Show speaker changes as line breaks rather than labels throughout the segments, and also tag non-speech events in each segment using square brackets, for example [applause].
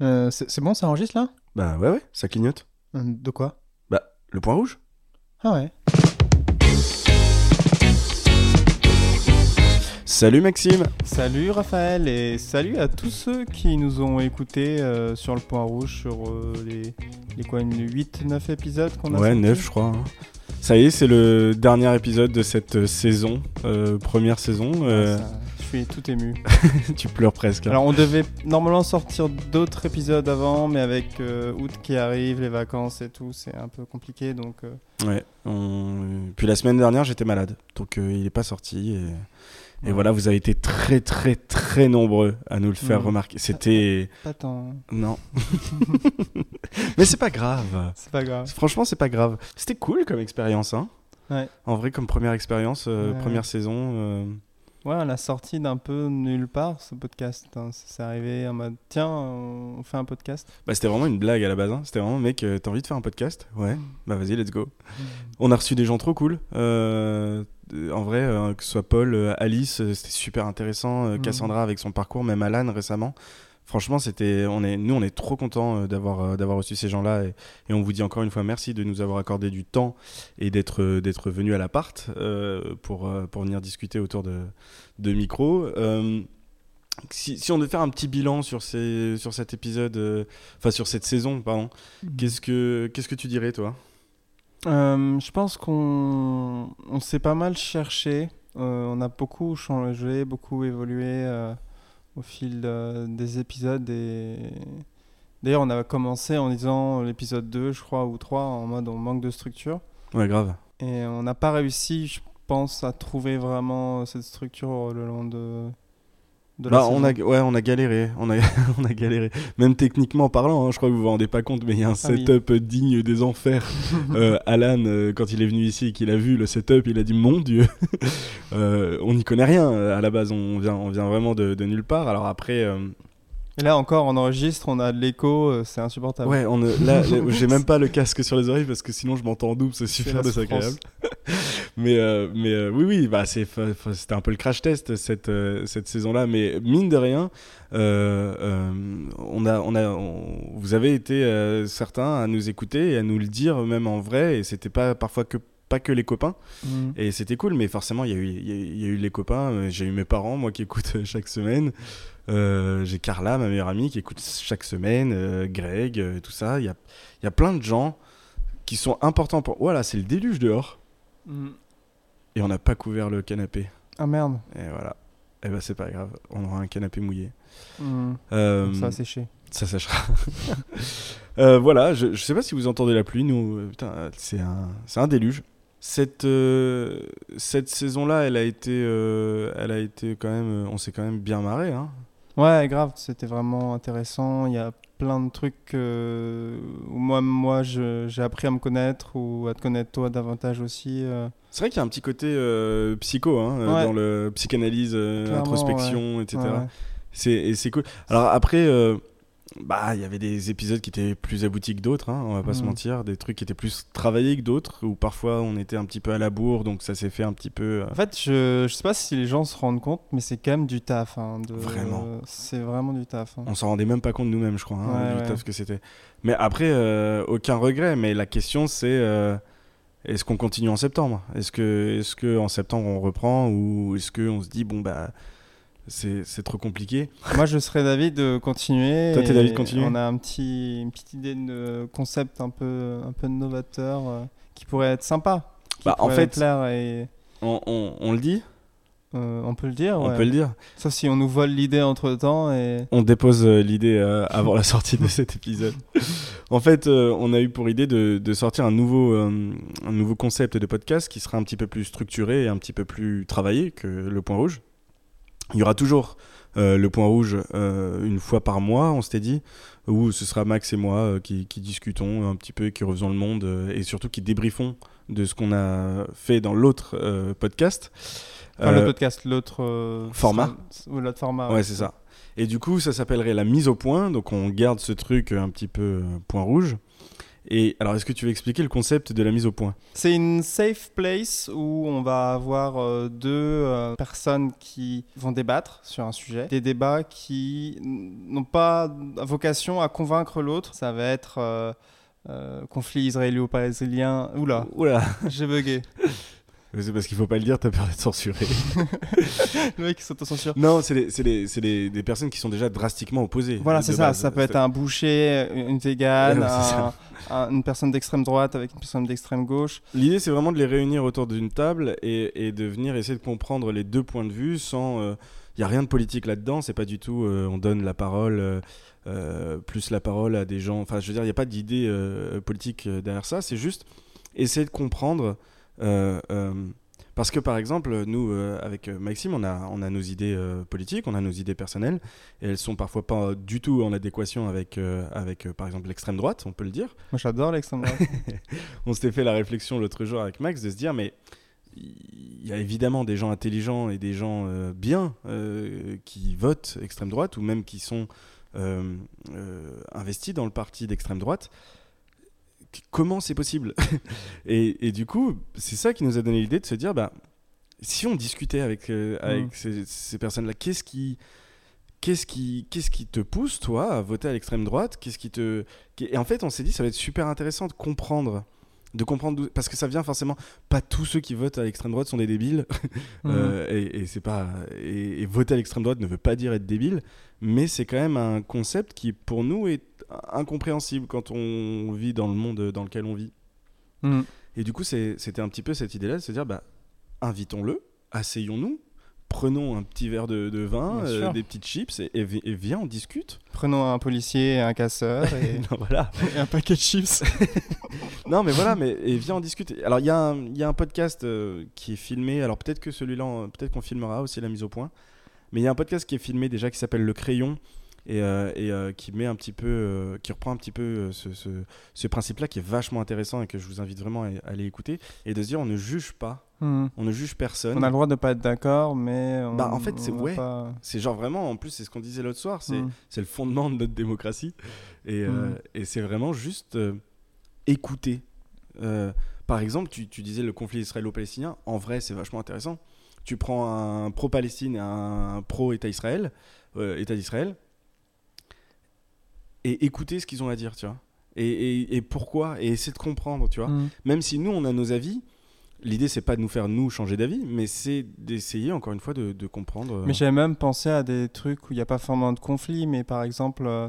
Euh, c'est c'est bon, ça enregistre là
Bah ouais, ouais, ça clignote.
Euh, De quoi
Bah, le point rouge
Ah ouais.
Salut Maxime
Salut Raphaël et salut à tous ceux qui nous ont écoutés euh, sur le point rouge, sur euh, les, les quoi, 8-9 épisodes qu'on a
Ouais,
sortis.
neuf je crois. hein. Ça y est, c'est le dernier épisode de cette euh, saison, euh, première saison. euh,
Ça, Je suis tout ému.
[laughs] tu pleures presque. hein.
Alors on devait normalement sortir d'autres épisodes avant, mais avec euh, août qui arrive, les vacances et tout, c'est un peu compliqué donc. euh,
Ouais, on- euh, Puis la semaine dernière, j'étais malade, donc euh, il est pas sorti. Et... et
Ouais.
voilà, vous avez été très très très nombreux à nous le faire
Mhm.
remarquer.
[laughs]
C'était...
Pas tant.
Non. [laughs] Mais c'est pas grave.
C'est pas grave.
Franchement, c'est pas grave. C'était cool comme expérience, hein
Ouais.
En vrai, comme première expérience, euh,
Ouais.
première saison. euh,
Ouais, on l'a sorti d'un peu nulle part ce podcast. hein. C'est arrivé en mode tiens, on fait un podcast.
Bah, c'était vraiment une blague à la base. hein. C'était vraiment, mec, euh, t'as envie de faire un podcast Ouais, bah vas-y, let's go.
Hmm.
On a reçu des gens trop cool. Euh, euh, en vrai, euh, que ce soit Paul, euh, Alice, euh, c'était super intéressant. euh,
Mm.
Cassandra avec son parcours, même Alan récemment. Franchement, c'était, on est, nous, on est trop contents euh, d'avoir, euh, d'avoir reçu ces gens-là. Et, et on vous dit encore une fois merci de nous avoir accordé du temps et d'être, euh, d'être venus à l'appart euh, pour, euh, pour venir discuter autour de, de micros. Euh, si, si on devait faire un petit bilan sur, ces, sur cet épisode, euh, enfin sur cette saison, pardon, qu'est-ce que qu'est-ce que tu dirais, toi
Euh, je pense qu'on on s'est pas mal cherché. Euh, on a beaucoup changé, beaucoup évolué euh, au fil de- des épisodes. Et... D'ailleurs, on a commencé en disant euh, l'épisode 2, je crois, ou 3, en mode on manque de structure.
Ouais, grave.
Et on n'a pas réussi, je pense, à trouver vraiment cette structure le long de, de la
Bah, on
saison.
a, ouais, on a galéré, on a, [laughs] on a galéré. Même techniquement parlant, hein, je crois que vous vous rendez pas compte, mais il y a un
Ah oui.
setup digne
[laughs]
des enfers. Euh, Alan, euh, quand il est venu ici et qu'il a vu le setup, il a dit mon dieu, [laughs] Euh, on n'y connaît rien euh, à la base, on vient, on vient vraiment de, de nulle part. Alors après, euh,
Et là encore, on enregistre, on a de l'écho, euh, c'est insupportable.
ouais, on, euh,
[laughs]
là, là, j'ai même pas le casque sur les oreilles parce que sinon je m'entends en double, c'est
C'est
super
la souffrance.
désagréable. Mais, euh, mais euh, oui, oui, bah, c'est, fa- fa- c'était un peu le crash test cette, euh, cette saison-là. Mais mine de rien, euh, euh, on a, on a, on- vous avez été euh, certains à nous écouter et à nous le dire, même en vrai. Et c'était pas parfois que pas que les copains
Mm.
et c'était cool mais forcément il y, a eu- il y a eu- il y a eu les copains euh, j'ai eu mes parents moi qui écoute euh, chaque semaine Euh, j'ai Carla ma meilleure amie qui écoute chaque semaine euh, Greg euh, tout ça il y a, il y a plein de gens qui sont importants pour voilà c'est le déluge dehors
Mm.
et on n'a pas couvert le canapé.
Ah merde,
Et voilà. Et ben c'est pas grave, on aura un canapé mouillé.
Mm.
Euh,
ça a séché.
ça séchera. [laughs] Euh, voilà, je, je sais pas si vous entendez la pluie, nous, euh, putain, euh, c'est un, c'est un déluge. Cette, euh, cette saison-là, elle a été, euh, elle a été quand même, euh, on s'est quand même bien marré. Hein.
Ouais, grave, c'était vraiment intéressant. Il y a plein de trucs euh, où moi, moi je- j'ai appris à me connaître ou à te connaître toi davantage aussi. euh.
C'est vrai qu'il y a un petit côté euh, psycho hein, euh,
Ouais.
dans le psychanalyse, euh,
Clairement,
introspection, etc.
Ouais, ouais.
C'est et c'est cool. Alors après, euh, bah il y avait des épisodes qui étaient plus aboutis que d'autres. hein, on va pas se
Mhm.
mentir, des trucs qui étaient plus travaillés que d'autres, ou parfois on était un petit peu à la bourre, donc ça s'est fait un petit peu. euh,
En fait, je, je sais pas si les gens se rendent compte, mais c'est quand même du taf. hein, de-
Vraiment.
C'est vraiment du taf. hein.
On s'en rendait même pas compte nous-mêmes, je crois, hein,
Ouais,
du
ouais.
taf que c'était. Mais après, euh, aucun regret. Mais la question c'est euh, est-ce qu'on continue en septembre Est-ce que est-ce que en septembre on reprend ou est-ce que on se dit bon bah c'est c'est trop compliqué
Moi, je serais d'avis de continuer.
[laughs] Toi, t'es d'avis de
et
continuer
On a un petit, une petite idée de concept un peu, un peu novateur euh, qui pourrait être sympa. qui
Bah, en
pourrait
fait-
plaire et
On, on- on le dit,
euh, on peut le dire.
on
ouais.
peut le dire.
Sauf si on nous vole l'idée entre temps et
On dépose euh, l'idée euh, avant la
[laughs]
sortie de cet épisode. en fait, euh, on a eu pour idée de, de sortir un nouveau, euh, un nouveau concept de podcast qui sera un petit peu plus structuré et un petit peu plus travaillé que le point rouge. Il y aura toujours euh, le point rouge euh, une fois par mois, on s'était dit, où ce sera Max et moi euh, qui, qui discutons un petit peu, qui refaisons le monde euh, et surtout qui débriefons de ce qu'on a fait dans l'autre euh, podcast.
Enfin,
Euh,
le podcast, l'autre euh,
Format.
sera- ou l'autre format.
Ah Ouais, c'est ça. Et du coup, ça s'appellerait la mise au point. Donc, on garde ce truc euh, un petit peu euh, point rouge. Et alors, est-ce que tu veux expliquer le concept de la mise au point
C'est une safe place où on va avoir euh, deux euh, personnes qui vont débattre sur un sujet. Des débats qui n- n'ont pas vocation à convaincre l'autre. Ça va être euh, euh, conflit israélo-palestinien. Oula,
Oula
j'ai bugué.
Ah.
[laughs]
C'est parce qu'il faut pas le dire, t'as peur d'être censuré.
Le mec qui s'autocensure.
non, c'est des, c'est des- c'est des- des personnes qui sont déjà drastiquement opposées.
Voilà,
[laughs] de
c'est ça.
base.
Ça peut être un boucher, une végane,
Ouais, ouais, c'est ça.
un- un- une personne d'extrême droite avec une personne d'extrême gauche.
L'idée, c'est vraiment de les réunir autour d'une table et, et de venir essayer de comprendre les deux points de vue sans. Il n'y a rien de politique là-dedans, c'est pas du tout. euh, on donne la parole, euh, euh, plus la parole à des gens. Enfin, je veux dire, il n'y a pas d'idée euh, politique euh, derrière ça, c'est juste essayer de comprendre. euh, euh, parce que par exemple, nous, euh, avec euh, Maxime, on a, on a nos idées euh, politiques, on a nos idées personnelles, et elles sont parfois pas du tout en adéquation avec, euh, avec euh, par exemple, l'extrême droite, on peut le dire
Moi, j'adore l'extrême droite.
on s'était fait la réflexion l'autre jour avec Max de se dire mais il y a évidemment des gens intelligents et des gens euh, bien euh, qui votent extrême droite ou même qui sont euh, euh, investis dans le parti d'extrême droite. Qu- Comment c'est possible et, et du coup, c'est ça qui nous a donné l'idée de se dire bah, si on discutait avec, euh, avec
Mm.
ces, ces personnes-là, qu'est-ce qui. Qu'est-ce qui, qu'est-ce qui te pousse, toi, à voter à l'extrême droite Qu'est-ce qui te... Et en fait, on s'est dit, ça va être super intéressant de comprendre de comprendre d'où- parce que ça vient forcément pas tous ceux qui votent à l'extrême droite sont des débiles [laughs]
Mm.
euh,
Mhm.
et, et c'est pas et, et voter à l'extrême droite ne veut pas dire être débile mais c'est quand même un concept qui pour nous est incompréhensible quand on vit dans le monde dans lequel on vit
Mhm. Mhm.
et du coup, c'est- c'était un petit peu cette idée-là de se dire, bah, invitons-le, asseyons-nous, prenons un petit verre de, de vin,
Bien
euh,
sûr.
des petites chips, et, et vi- et viens, on discute.
Prenons un policier, un casseur [laughs] et,
[laughs] Non, voilà.
et un paquet de chips.
non, mais voilà, mais et viens, on discute. Alors, il y, a un- il y a un podcast euh, qui est filmé, alors peut-être que celui-là, on- peut-être qu'on filmera aussi la mise au point, mais il y a un podcast qui est filmé déjà qui s'appelle Le Crayon. Et, euh, et, euh, qui met un petit peu, euh, qui reprend un petit peu euh, ce, ce- ce principe-là qui est vachement intéressant et que je vous invite vraiment à à aller écouter et de se dire on ne juge pas,
Mhm.
on ne juge personne.
On a le droit de pas être d'accord, mais on-
Bah, en fait,
on
c'est-
va
ouais.
pas-
C'est genre vraiment, en plus, c'est ce qu'on disait l'autre soir, c'est
Mm.
c'est le fondement de notre démocratie. Et, euh,
Mm.
et c'est vraiment juste euh, écouter. Euh, par exemple, tu, tu disais le conflit israélo-palestinien, en vrai, c'est vachement intéressant. Tu prends un pro-Palestine et un pro-État Israël, euh, État d'Israël, et écouter ce qu'ils ont à dire, tu vois. Et, et- et pourquoi, et essayer de comprendre, tu vois
Mm.
même si nous on a nos avis l'idée c'est pas de nous faire nous changer d'avis mais c'est d'essayer encore une fois de, de comprendre euh,
Mais j'avais même pensé à des trucs où il n'y a pas forcément de conflit, mais par exemple, euh,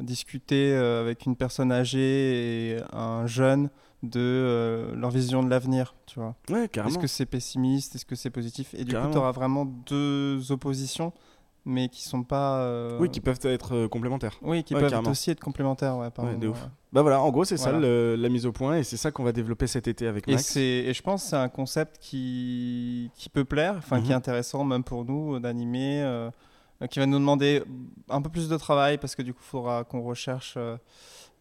discuter euh, avec une personne âgée et un jeune de euh, leur vision de l'avenir, tu vois.
ouais
Est-ce
carrément
que c'est pessimiste, est-ce que c'est positif Et du
Carrément.
coup, tu auras vraiment deux oppositions, mais qui sont pas... euh,
oui qui peuvent être euh, complémentaires
Oui, qui
Ouais,
peuvent
carrément.
aussi être complémentaires, ouais, par
Ouais, de
moment,
ouf.
ouais.
bah voilà en gros c'est ça
Voilà.
le- la mise au point et c'est ça qu'on va développer cet été avec
Et,
Max
c'est, et je pense que c'est un concept qui, qui peut plaire, enfin qui
Mhm.
est intéressant même pour nous euh, d'animer, euh, euh, qui va nous demander un peu plus de travail parce que du coup il faudra qu'on recherche euh,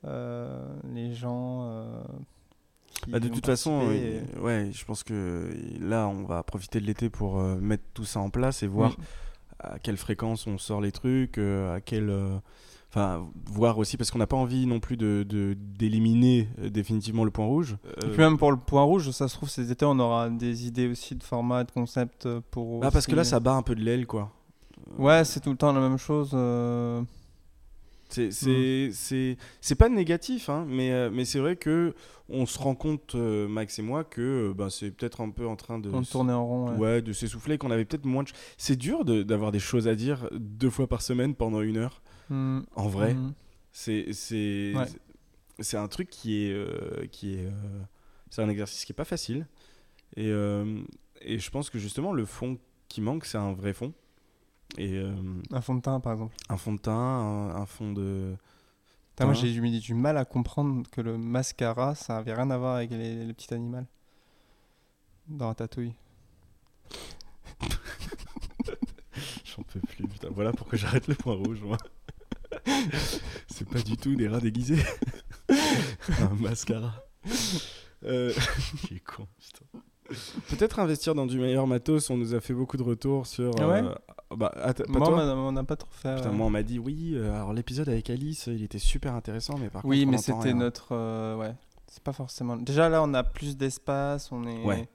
euh, les gens. euh, qui
Bah, de
ont
toute façon
participé
euh, ouais je pense que là on va profiter de l'été pour euh, mettre tout ça en place et voir à quelle fréquence on sort les trucs, euh, à quelle. euh, Enfin, voir aussi, parce qu'on n'a pas envie non plus d'éliminer de, d'éliminer euh, définitivement le point rouge.
et- Et
Euh,
puis même pour le point rouge, ça se trouve cet été on aura des idées aussi de format, de concept euh, pour.
ah, parce
aussi- euh,
que là, ça bat un peu de l'aile, quoi.
Ouais, c'est tout le temps la même chose. euh, Mm.
C'est- C'est c'est- c'est pas négatif, hein, mais, euh, mais c'est vrai que on se rend compte, euh, Max et moi, que euh, bah, c'est peut-être un peu en train de.
on
s-
tournait en rond. ouais.
Ouais, de s'essouffler, qu'on avait peut-être moins de. ch- C'est dur de- d'avoir des choses à dire deux fois par semaine pendant une heure,
Mhm.
en vrai.
Mhm.
C'est c'est
Ouais.
c'est un truc qui est euh, qui est euh, c'est un exercice qui est pas facile et euh, et je pense que justement le fond qui manque c'est un vrai fond et euh,
Un fond de teint par exemple.
un fond de teint, un, un fond de
Putain, moi
Putain.
j'ai eu du, du mal à comprendre que le mascara ça avait rien à voir avec les, les petits animaux dans la tatouille.
Euh, j'en peux plus putain. voilà pourquoi j'arrête le point rouge moi. c'est pas du tout des rats déguisés un mascara euh... [laughs] qui est con putain. peut-être investir dans du meilleur matos on nous a fait beaucoup de retours sur
Ah ouais
euh, Bah, atta- pas
Moi,
toi
on m'a- on n'a pas trop fait.
Putain,
ouais.
moi, on m'a dit oui. euh, alors, l'épisode avec Alice, il était super intéressant, mais par contre.
oui,
on
mais
n'entend
c'était
rien.
notre. euh, ouais, c'est pas forcément. Déjà là, on a plus d'espace, on est.
Ouais.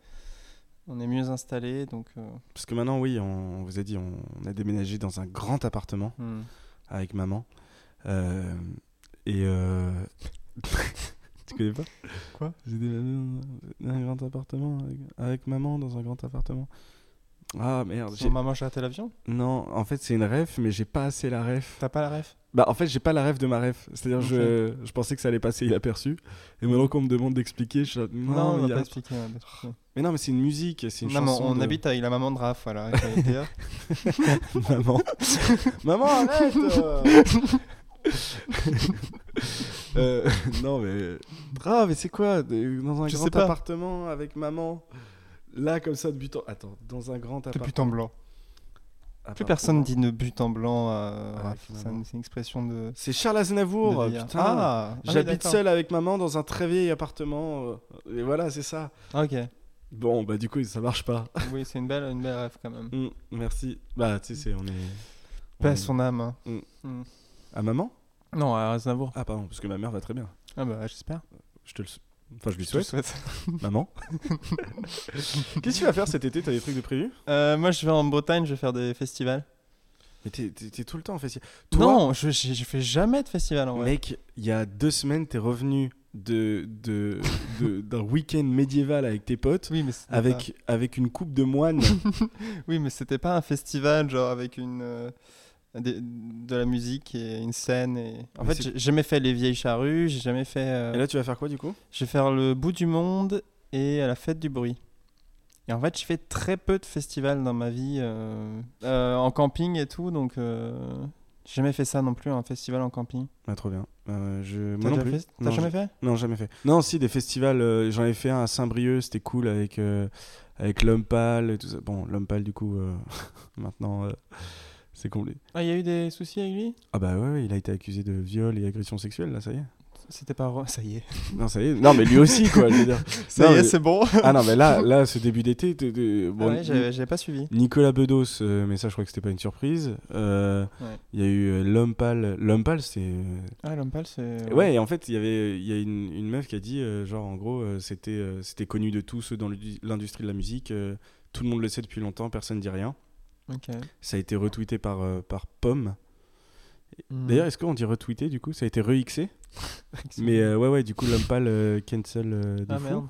On est mieux installé, donc. euh,
Parce que maintenant, oui, on, on vous a dit, on, on a déménagé dans un grand appartement
hmm.
avec maman. Euh, et. euh, [laughs] tu connais pas
Quoi
J'ai déménagé dans un- un grand appartement avec, avec maman dans un grand appartement. Ah merde.
Ton
j'ai-
maman, j'ai raté l'avion.
Non, en fait, c'est une ref, mais j'ai pas assez la ref.
T'as pas la ref
Bah, en fait, j'ai pas la ref de ma ref. C'est-à-dire, je, je pensais que ça allait passer inaperçu. Et maintenant qu'on me demande d'expliquer, je suis là, non, mais
on
il y
va
a-
pas expliquer. on va pas expliquer.
Mais non, mais c'est une musique, c'est une
Non, mais
chanson.
on
de-
habite avec la maman de Raph, voilà.
[laughs]
qui allait dire. [laughs]
Maman. Maman, arrête euh. Euh, Non, mais. Ah, mais c'est quoi de- Dans un
Je sais
grand
pas.
appartement avec maman Là, comme ça, de but en... Attends, dans un grand
De
appartement.
but en blanc.
Ah,
Plus
pardon.
personne dit de but en blanc. euh,
Ah,
Raph.
finalement.
C'est une- c'est une expression de.
C'est Charles Aznavour,
de
putain.
délire. Ah, ah oui,
J'habite
d'accord.
seul avec maman dans un très vieil appartement. euh, Et voilà, c'est ça.
Ok. [laughs]
Bon, bah du coup, ça marche pas. [laughs]
Oui, c'est une belle, une belle rêve quand même.
Mm, merci. Bah, tu sais, c'est- on est. on
Paix à
est-
son âme. hein.
Mm.
Mm.
À maman
Non, à Aznavour.
Ah, pardon, parce que ma mère va très bien.
Ah bah j'espère.
Je te le. sou- Enfin, je lui
Je te le
souhaite. Maman. [laughs] Qu'est-ce que tu vas faire cet été T'as des trucs de prévu
[laughs] Euh, moi je vais en Bretagne, je vais faire des festivals.
Mais t'es- t'es t'es tout le temps en festival.
non, je, je, je fais jamais de festival en vrai.
mec, il y a deux semaines, t'es revenu de de- de- d'un week-end médiéval avec tes potes,
Oui mais, c'était
avec avec une coupe de [laughs] moine.
pas- oui, mais c'était pas un festival genre avec une euh, des- de la musique et une scène. Et... En
Mais
fait
c'est-
j'ai jamais fait les vieilles charrues, j'ai jamais fait... euh,
Et là, tu vas faire quoi du coup
Je vais faire le bout du monde et à la fête du bruit. Et en fait, je fais très peu de festivals dans ma vie, euh, euh, en camping et tout, donc euh, j'ai jamais fait ça non plus, un festival en camping.
Ah, trop bien. Euh, je...
T'as
Moi non
déjà
plus.
fait- T'as
Non,
jamais fait
Non, jamais fait. Non, si, des festivals. euh, J'en ai fait un à Saint-Brieuc, c'était cool avec, euh, avec l'homme pâle et tout ça. Bon, l'homme pâle, du coup, euh, [laughs] maintenant, euh, c'est comblé.
Ah, il y a eu des soucis avec lui
Ah bah ouais, ouais, il a été accusé de viol et agression sexuelle, là, ça y est.
C'était pas... re- Ça y
[laughs]
est.
Non, ça y est. Non, mais lui aussi, quoi. je veux dire.
[laughs] Ça
Non,
y est,
mais-
c'est bon.
Ah non, mais là, là ce début d'été. t'es- t'es-
Ah
bon,
ouais, j'avais j'avais pas suivi.
Nicolas Bedos, euh, mais ça, je crois que c'était pas une surprise. Euh,
Ouais.
Il y a eu euh, l'homme pâle. L'homme pâle, c'est. euh,
Ah, l'homme pâle, c'est...
Ouais, et en fait, il y avait il y a une, une meuf qui a dit, euh, genre, en gros, euh, c'était euh, c'était connu de tous dans l'u- l'industrie de la musique, euh, tout le monde le sait depuis longtemps, personne dit rien.
Ok.
Ça a été retweeté par, euh, par Pomme.
Mm.
D'ailleurs, est-ce qu'on dit retweeté du coup Ça a été re-xé Mais euh, ouais, ouais, du coup, l'homme pâle euh, cancel euh, de
Ah
fou.
merde.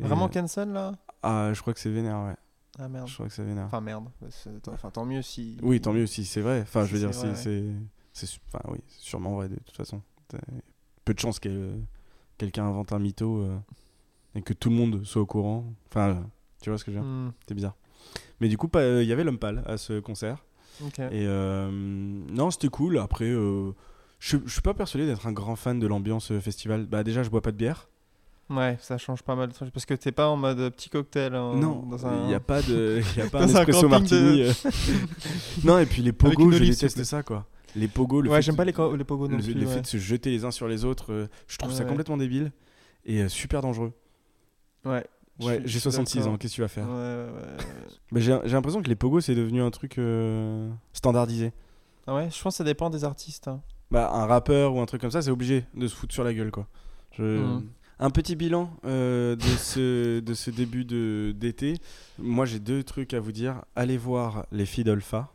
Et,
Vraiment
euh,
cancel, là
Ah, je crois que c'est vénère, ouais.
Ah merde.
Je crois que c'est vénère.
Enfin merde. C'est- Enfin, tant mieux si...
Oui, tant mieux si c'est vrai. Enfin, je veux
Si
dire,
c'est
c'est
vrai,
c'est c'est su- enfin, oui, c'est sûrement vrai de toute façon. T'as- Peu de chance que euh, quelqu'un invente un mytho euh, et que tout le monde soit au courant. Enfin, euh, tu vois ce que je veux dire
Hmm,
C'est bizarre. Mais du coup, pas- euh, il y avait l'homme pâle à ce concert.
ok.
Et euh, non, c'était cool. Après, euh, je je suis pas persuadé d'être un grand fan de l'ambiance euh, festival. Bah déjà, je bois pas de bière.
Ouais, ça change pas mal de trucs. Parce que t'es pas en mode petit cocktail. en-
non,
dans
il
un...
n'y a pas de, il y a
[laughs]
pas un
Dans un
espresso
camping de-
martini.
[laughs]
euh. non, et puis les
une
pogos, je
olive, s'il vous
déteste
plaît.
ça quoi. Les pogos, le
Ouais,
fait
j'aime
de-
pas les, co- les pogos non
le,
plus.
le fait
ouais.
de se jeter les uns sur les autres, euh, je trouve ça
Ouais.
complètement débile et euh, super dangereux.
Ouais. Je
Ouais,
suis- je
j'ai
suis
66
d'accord.
ans, qu'est-ce que tu vas faire
Ouais, ouais, ouais.
Bah, J'ai j'ai l'impression que les pogos, c'est devenu un truc euh, standardisé.
Ah ouais, je pense que ça dépend des artistes. hein.
Bah, un rappeur ou un truc comme ça, c'est obligé de se foutre sur la gueule, quoi. Je-
Mhm.
Un petit bilan euh, de, ce, de ce début de- d'été. Moi, j'ai deux trucs à vous dire. Allez voir les filles d'Olpha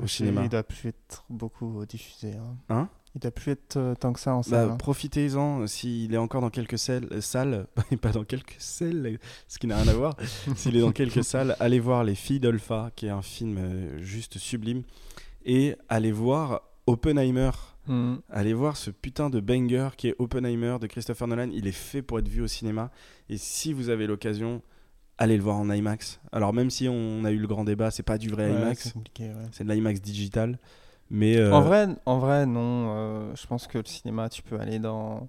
au cinéma.
Il doit plus être beaucoup euh, diffusé. Hein,
Hein
Il doit plus être euh, tant que ça en
Bah,
salle. hein.
Profitez-en euh, s'il est encore dans quelques salles, euh, salles [laughs] et pas dans quelques salles, ce qui n'a rien à voir. s'il est dans quelques salles, allez voir Les Filles d'Olpha, qui est un film euh, juste sublime, et allez voir Oppenheimer.
Mhm.
Allez voir ce putain de banger qui est Oppenheimer de Christopher Nolan. Il est fait pour être vu au cinéma. Et si vous avez l'occasion, allez le voir en IMAX. Alors même si on a eu le grand débat, c'est pas du vrai
Ouais,
IMAX,
c'est compliqué, ouais.
c'est de l'IMAX digital. Mais euh,
En, vrai, en vrai, non. euh, je pense que le cinéma, tu peux aller dans.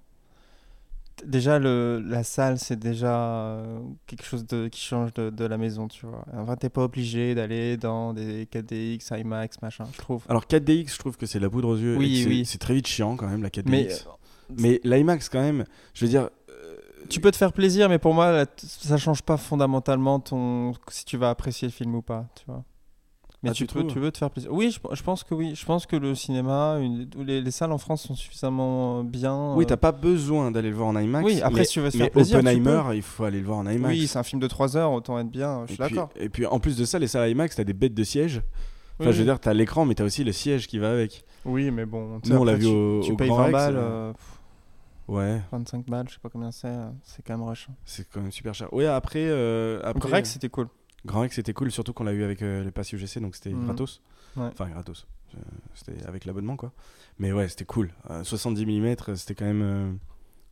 T- Déjà, le, la salle, c'est déjà euh, quelque chose de, qui change de, de la maison, tu vois. En vrai, t'es pas obligé d'aller dans des KDX, IMAX, machin, je trouve.
Alors 4DX, je trouve que c'est la poudre aux yeux.
Oui,
et que c'est-
oui.
C'est très vite chiant quand même la 4DX.
Mais euh,
Mais, l'IMAX quand même, je veux dire, Euh,
Tu peux te faire plaisir, mais pour moi, là, t- ça change pas fondamentalement ton si tu vas apprécier le film ou pas, tu vois. Mais
Ah,
tu,
tu
peux,
trouves
tu veux te faire plaisir. Oui, je, je pense que oui. Je pense que le cinéma, une- ou les, les salles en France sont suffisamment euh, bien.
Oui,
euh,
t'as pas besoin d'aller le voir en IMAX.
Oui, après,
mais,
si tu veux se
mais
faire plaisir, tu
Oppenheimer, il faut aller le voir en IMAX.
Oui, c'est un film de 3 heures, autant être bien, euh, je
Et
suis
puis-
d'accord.
Et puis en plus de ça, les salles IMAX, t'as des bêtes de sièges. Enfin,
oui,
je veux dire, t'as l'écran, mais t'as aussi le siège qui va avec.
Oui, mais bon. tu sais,
Nous, on l'a
après,
vu
tu-
au,
Tu
au
payes
Grand
20
Rex,
balles,
euh,
euh, pff,
Ouais,
25 balles, je sais pas combien c'est, euh, c'est quand même rush.
c'est quand même super cher. Ouais, après. euh,
Au
après
Grand Rex, c'était cool.
Grand Rex, c'était cool, surtout qu'on l'a eu avec euh, le pass UGC, donc c'était
Mhm.
gratos.
Ouais.
Enfin, gratos. Euh, C'était avec l'abonnement, quoi. Mais ouais, c'était cool. Euh, 70 mm, c'était quand même. euh,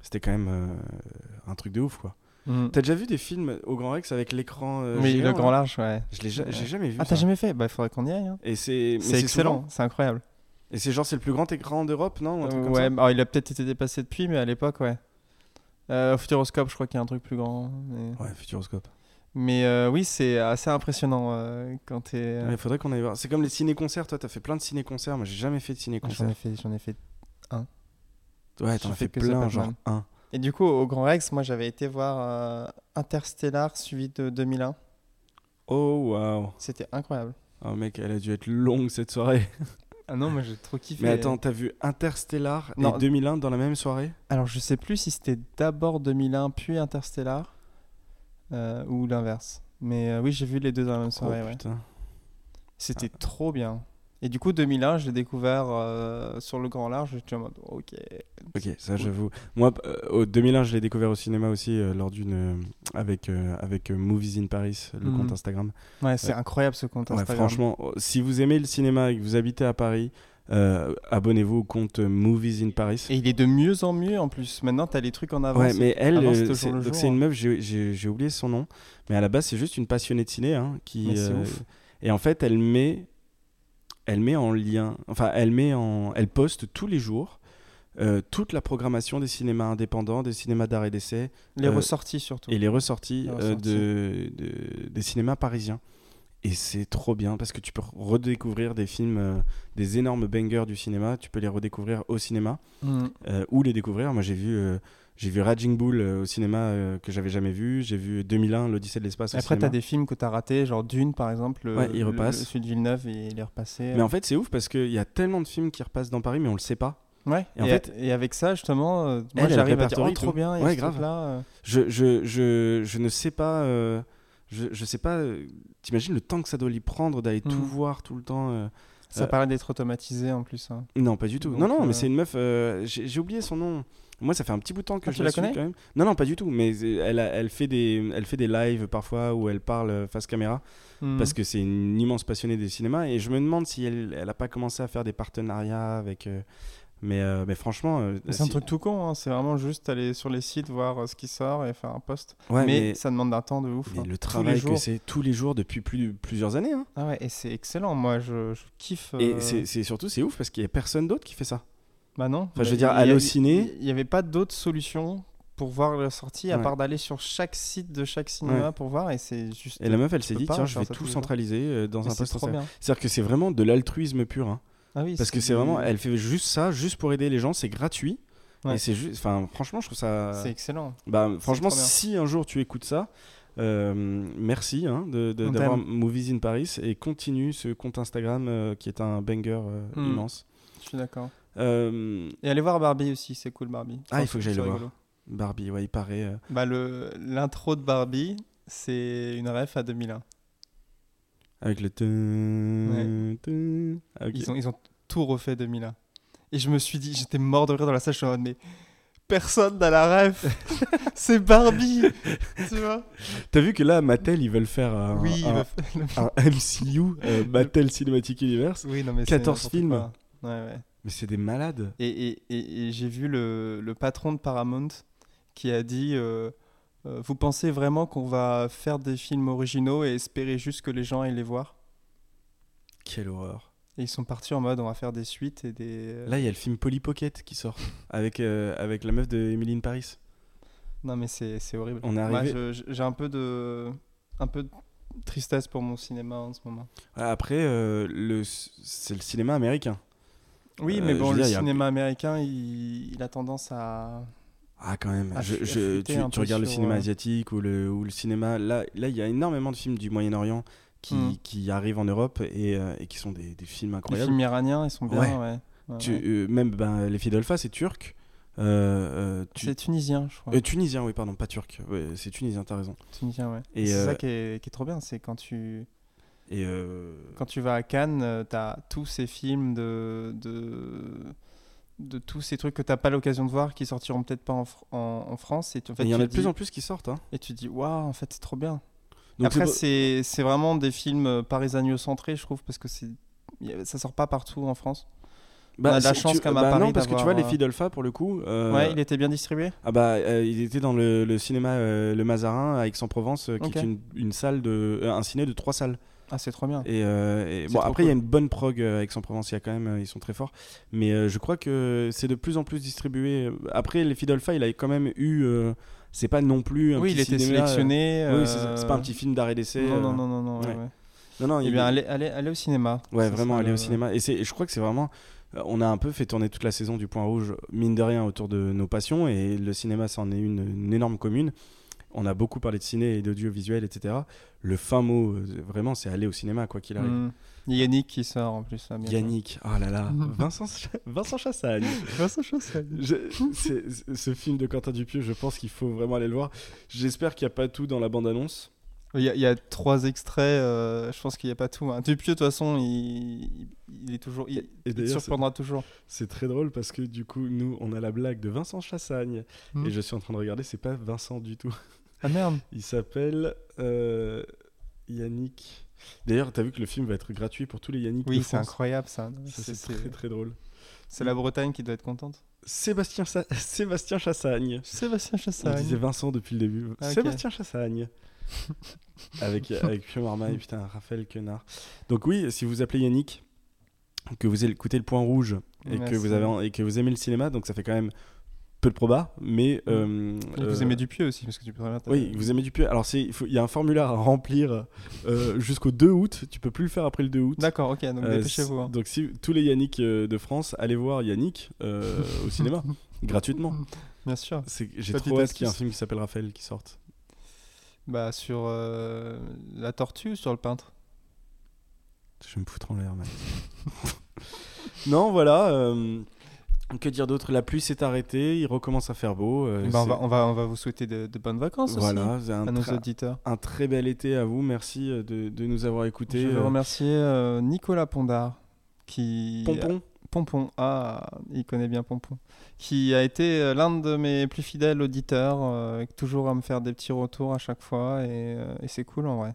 C'était quand même euh, un truc de ouf, quoi. T'as déjà vu des films au Grand Rex avec l'écran Mm. euh,
Oui,
géant,
le
là
grand large, ouais.
Je l'ai ja- j'ai jamais vu.
Ah, t'as
ça.
jamais fait Bah, faudrait qu'on y aille. hein.
Et c'est mais
C'est
souvent-
excellent, c'est incroyable.
Et c'est genre c'est le plus grand écran d'Europe, non Ou un truc comme
ouais,
ça
alors, il a peut-être été dépassé depuis, mais à l'époque, ouais. Euh, au Futuroscope, je crois qu'il y a un truc plus grand. Mais,
Ouais, Futuroscope.
mais, euh, oui, c'est assez impressionnant euh, quand t'es. euh,
Il faudrait qu'on aille voir. C'est comme les ciné-concerts. Toi, t'as fait plein de ciné-concerts. Moi, j'ai jamais fait de
ah, J'en ai
ciné-concert.
fait, j'en ai fait.
Ouais,
Ah, j'ai
t'en as fait
fait que ça,
plein,
Batman.
genre un.
Et du coup, au Grand Rex, moi, j'avais été voir euh, Interstellar suivi de 2001.
Oh waouh.
C'était incroyable.
Oh mec, elle a dû être longue
[laughs]
cette soirée.
Ah non, moi, j'ai trop kiffé.
Mais attends, t'as vu Interstellar
Non.
et 2001 dans la même soirée
Alors, je sais plus si c'était d'abord 2001 puis Interstellar euh, ou l'inverse. Mais euh, oui, j'ai vu les deux dans la même soirée.
Oh
ouais.
putain.
C'était trop bien. Et du coup, 2001, je l'ai découvert euh, sur le grand large. J'étais en mode, ok.
Ok, ça
cool.
j'avoue. Moi, p- euh, au 2001, je l'ai découvert au cinéma aussi euh, lors d'une euh, avec euh, avec euh, Movies in Paris, le
Mhm.
compte Instagram.
Ouais, c'est incroyable ce compte
Ouais,
Instagram.
franchement, oh, si vous aimez le cinéma et que vous habitez à Paris, euh, abonnez-vous au compte euh, Movies in Paris.
Et il est de mieux en mieux en plus. Maintenant, t'as les trucs en avance.
Ouais, mais elle,
avant,
euh,
c'était au
c'est
jour le
donc
jour,
c'est
hein.
une meuf, j'ai- j'ai j'ai oublié son nom, mais à la base c'est juste une passionnée de ciné hein, qui.
Mais c'est ouf.
Et en fait, elle met, elle met en lien, enfin elle met en, elle poste tous les jours euh, toute la programmation des cinémas indépendants, des cinémas d'art et d'essai
Les
euh,
ressorties surtout.
et les ressorties
Les
euh,
ressorties.
de, de- des cinémas parisiens. Et c'est trop bien parce que tu peux redécouvrir des films, euh, des énormes bangers du cinéma, tu peux les redécouvrir au cinéma
Mm.
euh, ou les découvrir. Moi, j'ai vu, euh, j'ai vu Raging Bull euh, au cinéma euh, que j'avais jamais vu. J'ai vu 2001, l'Odyssée de l'espace au
Après, t'as
cinéma.
des films que t'as ratés, genre Dune par exemple. le-
Ouais, il
le-
repasse.
Le, celui de Villeneuve, il est repassé.
Mais en fait, c'est ouf parce qu'il y a tellement de films qui repassent dans Paris, mais on le sait pas.
Ouais.
Et
Et,
en fait-
et avec ça, justement, euh,
Elle,
moi
elle
j'arrive à dire
répertorie
oh, trop
tout.
bien, il y a
Ouais,
ce
grave.
truc-là, euh.
Je, je, je, je ne sais pas. euh, je, je sais pas. euh, T'imagines le temps que ça doit lui prendre d'aller tout
Mhm.
voir tout le temps. euh,
Ça
Euh,
paraît d'être automatisé en plus. hein.
Non, pas du tout.
Donc,
non, non, mais
euh,
c'est une meuf. euh, J'ai j'ai oublié son nom. Moi, ça fait un petit bout de temps que
Ah,
je
tu
la,
la
suis
connais
quand même. Non, non, pas du tout. Mais euh, elle, a- elle fait des, elle fait des lives parfois où elle parle euh, face caméra.
Mm.
parce que c'est une immense passionnée des cinémas et je me demande si elle n'a pas commencé à faire des partenariats avec euh, mais, euh, mais franchement euh,
Mais C'est un
si-
truc tout con, hein, c'est vraiment juste aller sur les sites, voir euh, ce qui sort et faire un post.
ouais,
mais,
mais,
ça demande un temps de ouf.
mais
hein.
le
Tous les
travail que
jours.
c'est tous les jours depuis plus, plusieurs années hein.
Ah ouais, et c'est excellent, moi je, je kiffe. euh,
et c'est c'est surtout c'est ouf parce qu'il n'y a personne d'autre qui fait ça
Bah non.
je veux
bah,
dire,
il y a-
Allociné-
Il n'y avait pas d'autre solution pour voir la sortie à
Ouais.
part d'aller sur chaque site de chaque cinéma pour voir et c'est juste.
et la meuf elle s'est
peux
dit
pas
tiens je
faire
vais
ça tous
tout
les jours.
centraliser euh, dans
Mais
un
c'est
poste
trop bien.
c'est à dire que c'est vraiment de l'altruisme pur hein.
Ah oui,
parce que c'est vraiment
du-
elle fait juste ça juste pour aider les gens c'est gratuit
Ouais.
et c'est juste enfin franchement je trouve ça
C'est excellent.
Bah, franchement,
trop bien.
si un jour tu écoutes ça, euh, merci hein, de- de-
On
d'avoir
t'aime.
Movies in Paris et continue ce compte Instagram euh, qui est un banger euh,
Mm.
immense.
Je suis d'accord.
Euh,
Et allez voir Barbie aussi, c'est cool Barbie.
Ah, il faut que j'aille
c'est
le voir.
rigolo.
Barbie, ouais, il paraît. euh.
Bah, le- l'intro de Barbie, c'est une ref à 2001.
avec le. teun, teun. Ah, ok.
Ils, ont, ils ont tout refait 2001. Et je me suis dit, j'étais mort de rire dans la salle, je suis en mode, mais personne n'a la
[laughs]
ref. c'est Barbie. tu vois
T'as vu que là, Mattel, ils veulent faire un,
Oui, il
un-
va faire-
[laughs] un MCU, euh, Mattel Cinematic Universe.
oui, non, mais c'est
14
n'importe
films.
quoi. Ouais, ouais.
Mais c'est des malades.
Et, et- et- et j'ai vu le, le patron de Paramount qui a dit euh, euh, Vous pensez vraiment qu'on va faire des films originaux et espérer juste que les gens aillent les voir
Quelle horreur.
Et ils sont partis en mode On va faire des suites et des. euh,
Là, il y a le film Polly Pocket qui sort avec, euh, avec la meuf de Emily in Paris.
Non, mais c'est c'est horrible.
On est
Moi,
arrivé.
je- J'ai un peu de. Un peu de tristesse pour mon cinéma en ce moment.
Ouais, Après, euh, le... c'est le cinéma américain.
Oui,
Euh,
mais
je
bon,
veux
le
dire, il y a-
cinéma américain, il, il a tendance à.
Ah, quand même.
à
Je-
fu- à
je-
fuiter
tu
un
tu
peu
regardes le
sur,
cinéma
euh,
asiatique ou le, ou le cinéma. Là, là, il y a énormément de films du Moyen-Orient qui,
Mm.
qui arrivent en Europe et, euh, et qui sont des, des films
Les
incroyables.
films iraniens, ils sont bien,
Ouais.
ouais. Ouais,
Tu-
ouais.
euh, même ben, Les filles d'Alpha, c'est turc. Euh, euh, tu-
C'est tunisien, je crois.
euh, tunisien, oui, pardon, pas turc. Ouais, c'est tunisien, t'as raison.
Tunisien, ouais.
Et,
Et c'est
euh,
ça qui est, qui est trop bien, c'est quand tu,
Et euh,
quand tu vas à Cannes, euh, t'as tous ces films de, de, de tous ces trucs que t'as pas l'occasion de voir qui sortiront peut-être pas en, Fr- en, en France. Et tu- en fait,
et il y en
tu
a de
te
plus
dis-
en plus qui sortent. hein.
Et tu te dis, waouh, en fait, c'est trop bien.
Donc,
Après, c'est
c'est-
c'est vraiment des films euh, parisano-centrés, je trouve, parce que c'est y a- ça sort pas partout en France.
bah,
on a de la
c'est-
chance
tu-
comme à
bah
Paris
Non, parce que tu vois,
d'avoir,
Les
euh,
filles d'Alpha, pour le coup. euh,
Ouais, il était bien distribué
Ah bah, euh, il était dans le, le cinéma euh, Le Mazarin à Aix-en-Provence, euh, qui
Ok.
est une, une salle de, euh, un ciné de trois salles.
Ah, c'est trop bien.
Et, euh, et
C'est
bon,
trop
après, il y a une bonne prog euh, Aix-en-Provence, il y a quand même, euh, ils sont très forts. Mais euh, je crois que c'est de plus en plus distribué. Après, les Fidolfa, il a quand même eu. euh, c'est pas non plus un
oui, il
petit
était
cinéma, euh,
sélectionné.
oui, c'est ça, c'est pas un petit film d'arrêt d'essai.
Non,
euh,
non, non, non, non, ouais,
ouais.
ouais.
non, non,
Eh
il-
bien, allez, allez, allez au cinéma.
Ouais,
Ça euh,
vraiment,
sera
aller
le-
au cinéma. Et, c'est- et je crois que c'est vraiment. euh, On a un peu fait tourner toute la saison du Point Rouge, mine de rien, autour de nos passions. Et le cinéma, c'en est une, une énorme commune. On a beaucoup parlé de ciné et d'audiovisuel, etc. Le fin mot, euh, vraiment, c'est aller au cinéma, quoi qu'il arrive.
Mm. Il y a Yannick qui sort en plus. Là, bientôt.
[laughs] Yannick, oh là là, Vincent, Ch- Vincent Chassagne. Je- c'est- c'est- ce film de Quentin Dupieux, je pense qu'il faut vraiment aller le voir. J'espère qu'il n'y a pas tout dans la bande-annonce.
Il y, a, il y a trois extraits, euh, je pense qu'il n'y a pas tout. hein. Dupieux, de toute façon, il, il est toujours, il,
Et
il te
d'ailleurs,
surprendra toujours.
C'est très drôle parce que du coup, nous, on a la blague de Vincent Chassagne.
Mm.
Et je suis en train de regarder, c'est pas Vincent du tout.
Ah merde
Il s'appelle euh, Yannick. D'ailleurs, t'as vu que le film va être gratuit pour tous les Yannick de
Oui, c'est
France.
incroyable ça. C'est-
Ça, c'est
c'est-
très très drôle.
C'est la Bretagne qui doit être contente.
Sébastien, Sa- Sébastien Chassagne.
Sébastien
On disait
Chassagne.
Vincent depuis le début.
Ah, ok. [laughs]
Sébastien Chassagne. avec, avec Pio Marmaille, putain, Raphaël Quenard. Donc oui, si vous appelez Yannick, que vous écoutez le point rouge et que,
Merci.
vous avez, et que vous aimez le cinéma, donc ça fait quand même peu de probas, mais... euh,
Et
euh,
Vous aimez E. Dupieux aussi, parce que tu peux très bien t'as-
Oui, vous aimez du E. Alors, c'est- il faut- il y a un formulaire à remplir euh, jusqu'au 2 août. Tu peux plus le faire après le 2 août.
D'accord, ok, donc
Euh,
dépêchez-vous. hein.
Donc, si tous les Yannick euh, de France, allez voir Yannick euh,
[laughs]
au cinéma, gratuitement.
Bien sûr.
C'est- J'ai
Petite
trop hâte qu'il y ait un
astuce.
film qui s'appelle Raphaël qui sorte.
Bah, sur euh, la tortue ou sur le peintre
Je vais me foutre en l'air, mec. [laughs] non, voilà. euh, que dire d'autre La pluie s'est arrêtée, il recommence à faire beau. euh,
Bah, on,
c'est-
va, on, va, on va vous souhaiter de, de bonnes vacances aussi
Voilà, c'est un,
à nos
tra-
auditeurs.
un très bel été à vous. Merci euh, de, de nous avoir écoutés.
Je veux
euh,
remercier euh, Nicolas Pondard, qui...
Pompon.
Pompon, ah, il connaît bien Pompon, qui a été euh, l'un de mes plus fidèles auditeurs, euh, toujours à me faire des petits retours à chaque fois, et, euh, et c'est cool en vrai.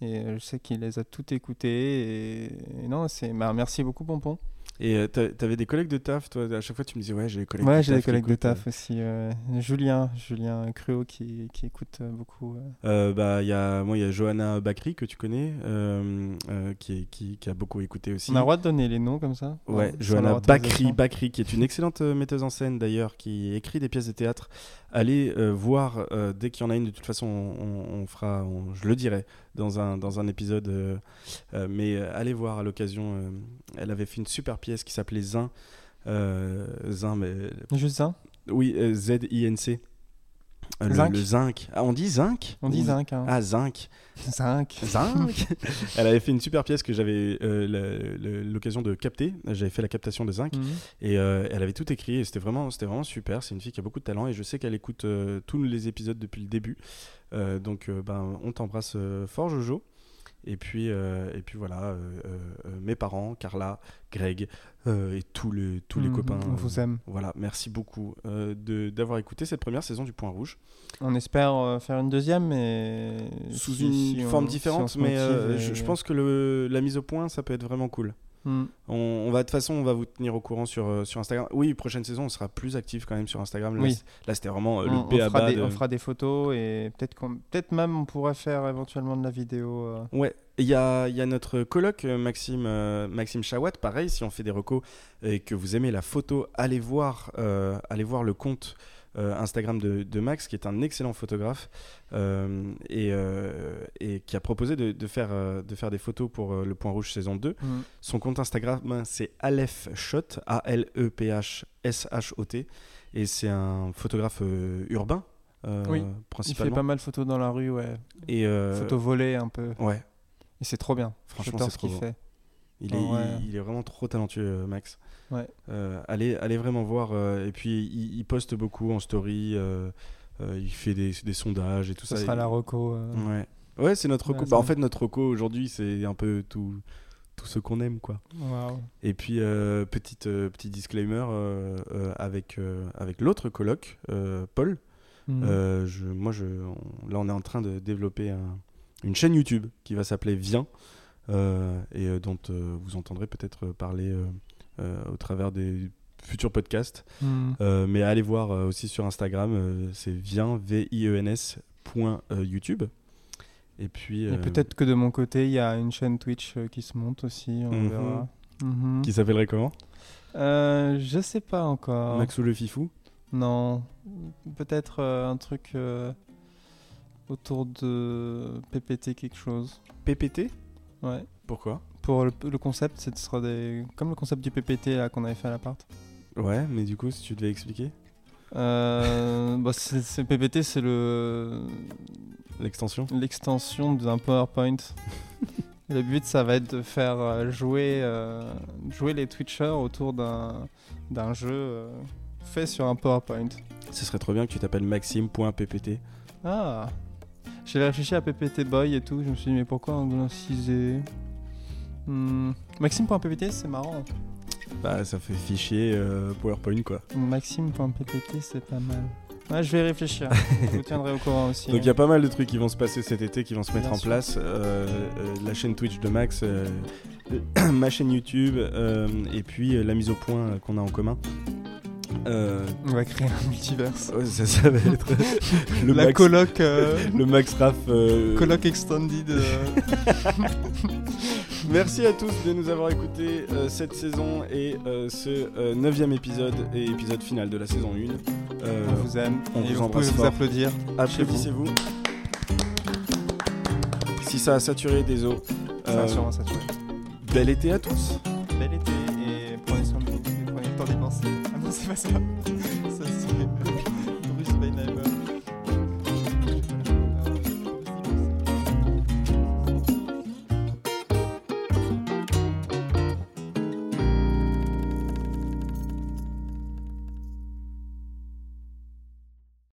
Et euh, je sais qu'il les a tout écoutés, et, et non, c'est... bah, merci beaucoup Pompon.
Et euh, t'a- t'avais des collègues de taf, toi À chaque fois, tu me disais, ouais, j'ai des collègues
Ouais,
de
j'ai
taf
des
qui
collègues de
écoutent, euh,
taf aussi. ouais. Julien, Julien Cruau qui, qui écoute euh, beaucoup. ouais.
Euh, bah, il y a, moi, il y a Johanna Bakri que tu connais, euh, euh, qui, est- qui, qui a beaucoup écouté aussi.
On a le droit de donner les noms comme ça
Ouais,
sans
Johanna
leur
Bakri,
autorisation.
Bakri, qui est une excellente euh, metteuse en scène d'ailleurs, qui écrit des pièces de théâtre. Allez euh, voir euh, dès qu'il y en a une. De toute façon, on, on- on fera, on- je le dirai dans un dans un épisode. euh, euh, mais euh, allez voir à l'occasion. euh, elle avait fait une super pièce qui s'appelait Zin. Euh, Zin, mais
Juste ça
oui, euh, Z-I-N-C. Euh, le-
Zinc.
le, zinc. Ah, on dit zinc.
On dit
Ou-
zinc. Hein.
Ah, zinc.
Zinc.
Zinc [laughs] Elle avait fait une super pièce que j'avais euh, la- le- l'occasion de capter. J'avais fait la captation de Zinc
Mhm.
et euh, elle avait tout écrit et c'était vraiment, c'était vraiment super. C'est une fille qui a beaucoup de talent et je sais qu'elle écoute euh, tous les épisodes depuis le début. Euh, donc euh, ben, on t'embrasse euh, fort Jojo. Et puis, euh, et puis voilà, euh, euh, euh, mes parents, Carla, Greg euh, et tous les, tous les
Mhm.
copains.
On
euh,
vous aime.
Voilà, merci beaucoup euh, de- d'avoir écouté cette première saison du Point Rouge.
On espère euh, faire une deuxième, mais.
Sous
si-
une
si on-
forme
si on
différente,
se
mais
motive
euh,
et-
je, je pense que le, la mise au point, ça peut être vraiment cool.
Mm.
On, on va de toute façon, on va vous tenir au courant sur, euh, sur Instagram. Oui, prochaine saison, on sera plus actif quand même sur Instagram. Là,
Oui.
c- là, c'était vraiment euh,
On,
le
on
B.A.B.A.
fera des,
de-
on fera des photos et peut-être qu'on, peut-être même on pourrait faire éventuellement de la vidéo. euh.
Ouais, il y a, il y a notre coloc euh, Maxime, euh, Maxime Chawat. Pareil, si on fait des recos et que vous aimez la photo, allez voir, euh, allez voir le compte euh, Instagram de, de Max, qui est un excellent photographe euh, et, euh, et qui a proposé de, de faire, euh, de faire des photos pour euh, le Point Rouge saison 2.
Mm.
Son compte Instagram, c'est Aleph Shot, E A-L-E-P-H-S-H-O-T. Et c'est un photographe euh, urbain, euh,
Oui, Il fait
principalement.
pas mal de photos dans la rue, ouais.
Et, euh,
Photos volées un peu.
Ouais.
Et c'est trop bien.
Franchement,
J'adore
c'est
ce
trop
qu'il
beau.
fait.
Il est,
Ah ouais.
il, il est vraiment trop talentueux, euh, Max.
Ouais.
Euh, allez, allez vraiment voir. euh, et puis, il, il poste beaucoup en story. euh, euh, il fait des, des sondages et tout
Ça
ça.
sera
Il-
la reco. euh,
Ouais, ouais c'est notre reco.
Ouais,
Bah, en
ça-
fait, notre reco aujourd'hui, c'est un peu tout, tout ce qu'on aime, quoi.
waouh.
Et puis, euh, petite, euh, petit disclaimer euh, euh, avec, euh, avec l'autre coloc, euh, Paul.
Mhm.
Euh, je, moi, je, on- là, on est en train de développer un- une chaîne YouTube qui va s'appeler Viens euh, et euh, dont euh, vous entendrez peut-être parler euh, euh, au travers des futurs podcasts.
Mhm.
Euh, mais allez voir euh, aussi sur Instagram, euh, c'est Viens, V-I-E-N-S, E point, euh, YouTube. Et puis,
Et
euh,
peut-être que de mon côté, il y a une chaîne Twitch euh, qui se monte aussi. On
Mhm.
verra. Mhm.
qui s'appellerait comment
Euh, je sais pas encore.
Maxou le Fifou
Non. Peut-être euh, un truc euh, autour de PPT quelque chose.
PPT
Ouais.
Pourquoi
Pour le, le concept, ce sera des... comme le concept du PPT là qu'on avait fait à l'appart.
Ouais, mais du coup, si tu devais expliquer
Euh, bah, c'est- c'est- PPT, c'est le
l'extension
l'extension d'un PowerPoint. le but, ça va être de faire euh, jouer, euh, jouer les Twitchers autour d'un d'un jeu euh, fait sur un PowerPoint.
Ce serait trop bien que tu t'appelles Maxime.ppt.
Ah J'ai réfléchi à PPT Boy et tout, je me suis dit, mais pourquoi angliciser hmm. Maxime.ppt, c'est marrant.
Bah, ça fait fichier euh, PowerPoint, quoi.
Maxime.ppt, c'est pas mal. Ouais, je vais
[laughs]
réfléchir. je vous tiendrai au courant aussi. hein.
Donc il y a pas mal de trucs qui vont se passer cet été, qui vont se mettre
Bien
en
sûr.
place. Euh, euh, la chaîne Twitch de Max, euh, [clears throat] ma chaîne YouTube, euh, et puis euh, la mise au point euh, qu'on a en commun. Euh,
On va créer un multiverse.
ouais, ça, ça va
[laughs]
être le,
La
Max,
coloc,
[laughs]
euh,
le Max Raff. euh,
coloc extended. euh,
Merci à tous de nous avoir écoutés euh, cette saison et euh, ce euh, neuvième épisode et épisode final de la saison 1. Euh,
on vous aime.
on
et vous
vous
pouvez
embrasse
vous
fort.
applaudir.
Applaudissez-vous. Si ça a saturé des eaux,
Ça
Euh,
va sûrement saturer.
bel été à tous.
Bel été et prenez soin de vous et prenez le temps d'y penser. Ah non, c'est pas ça. Euh,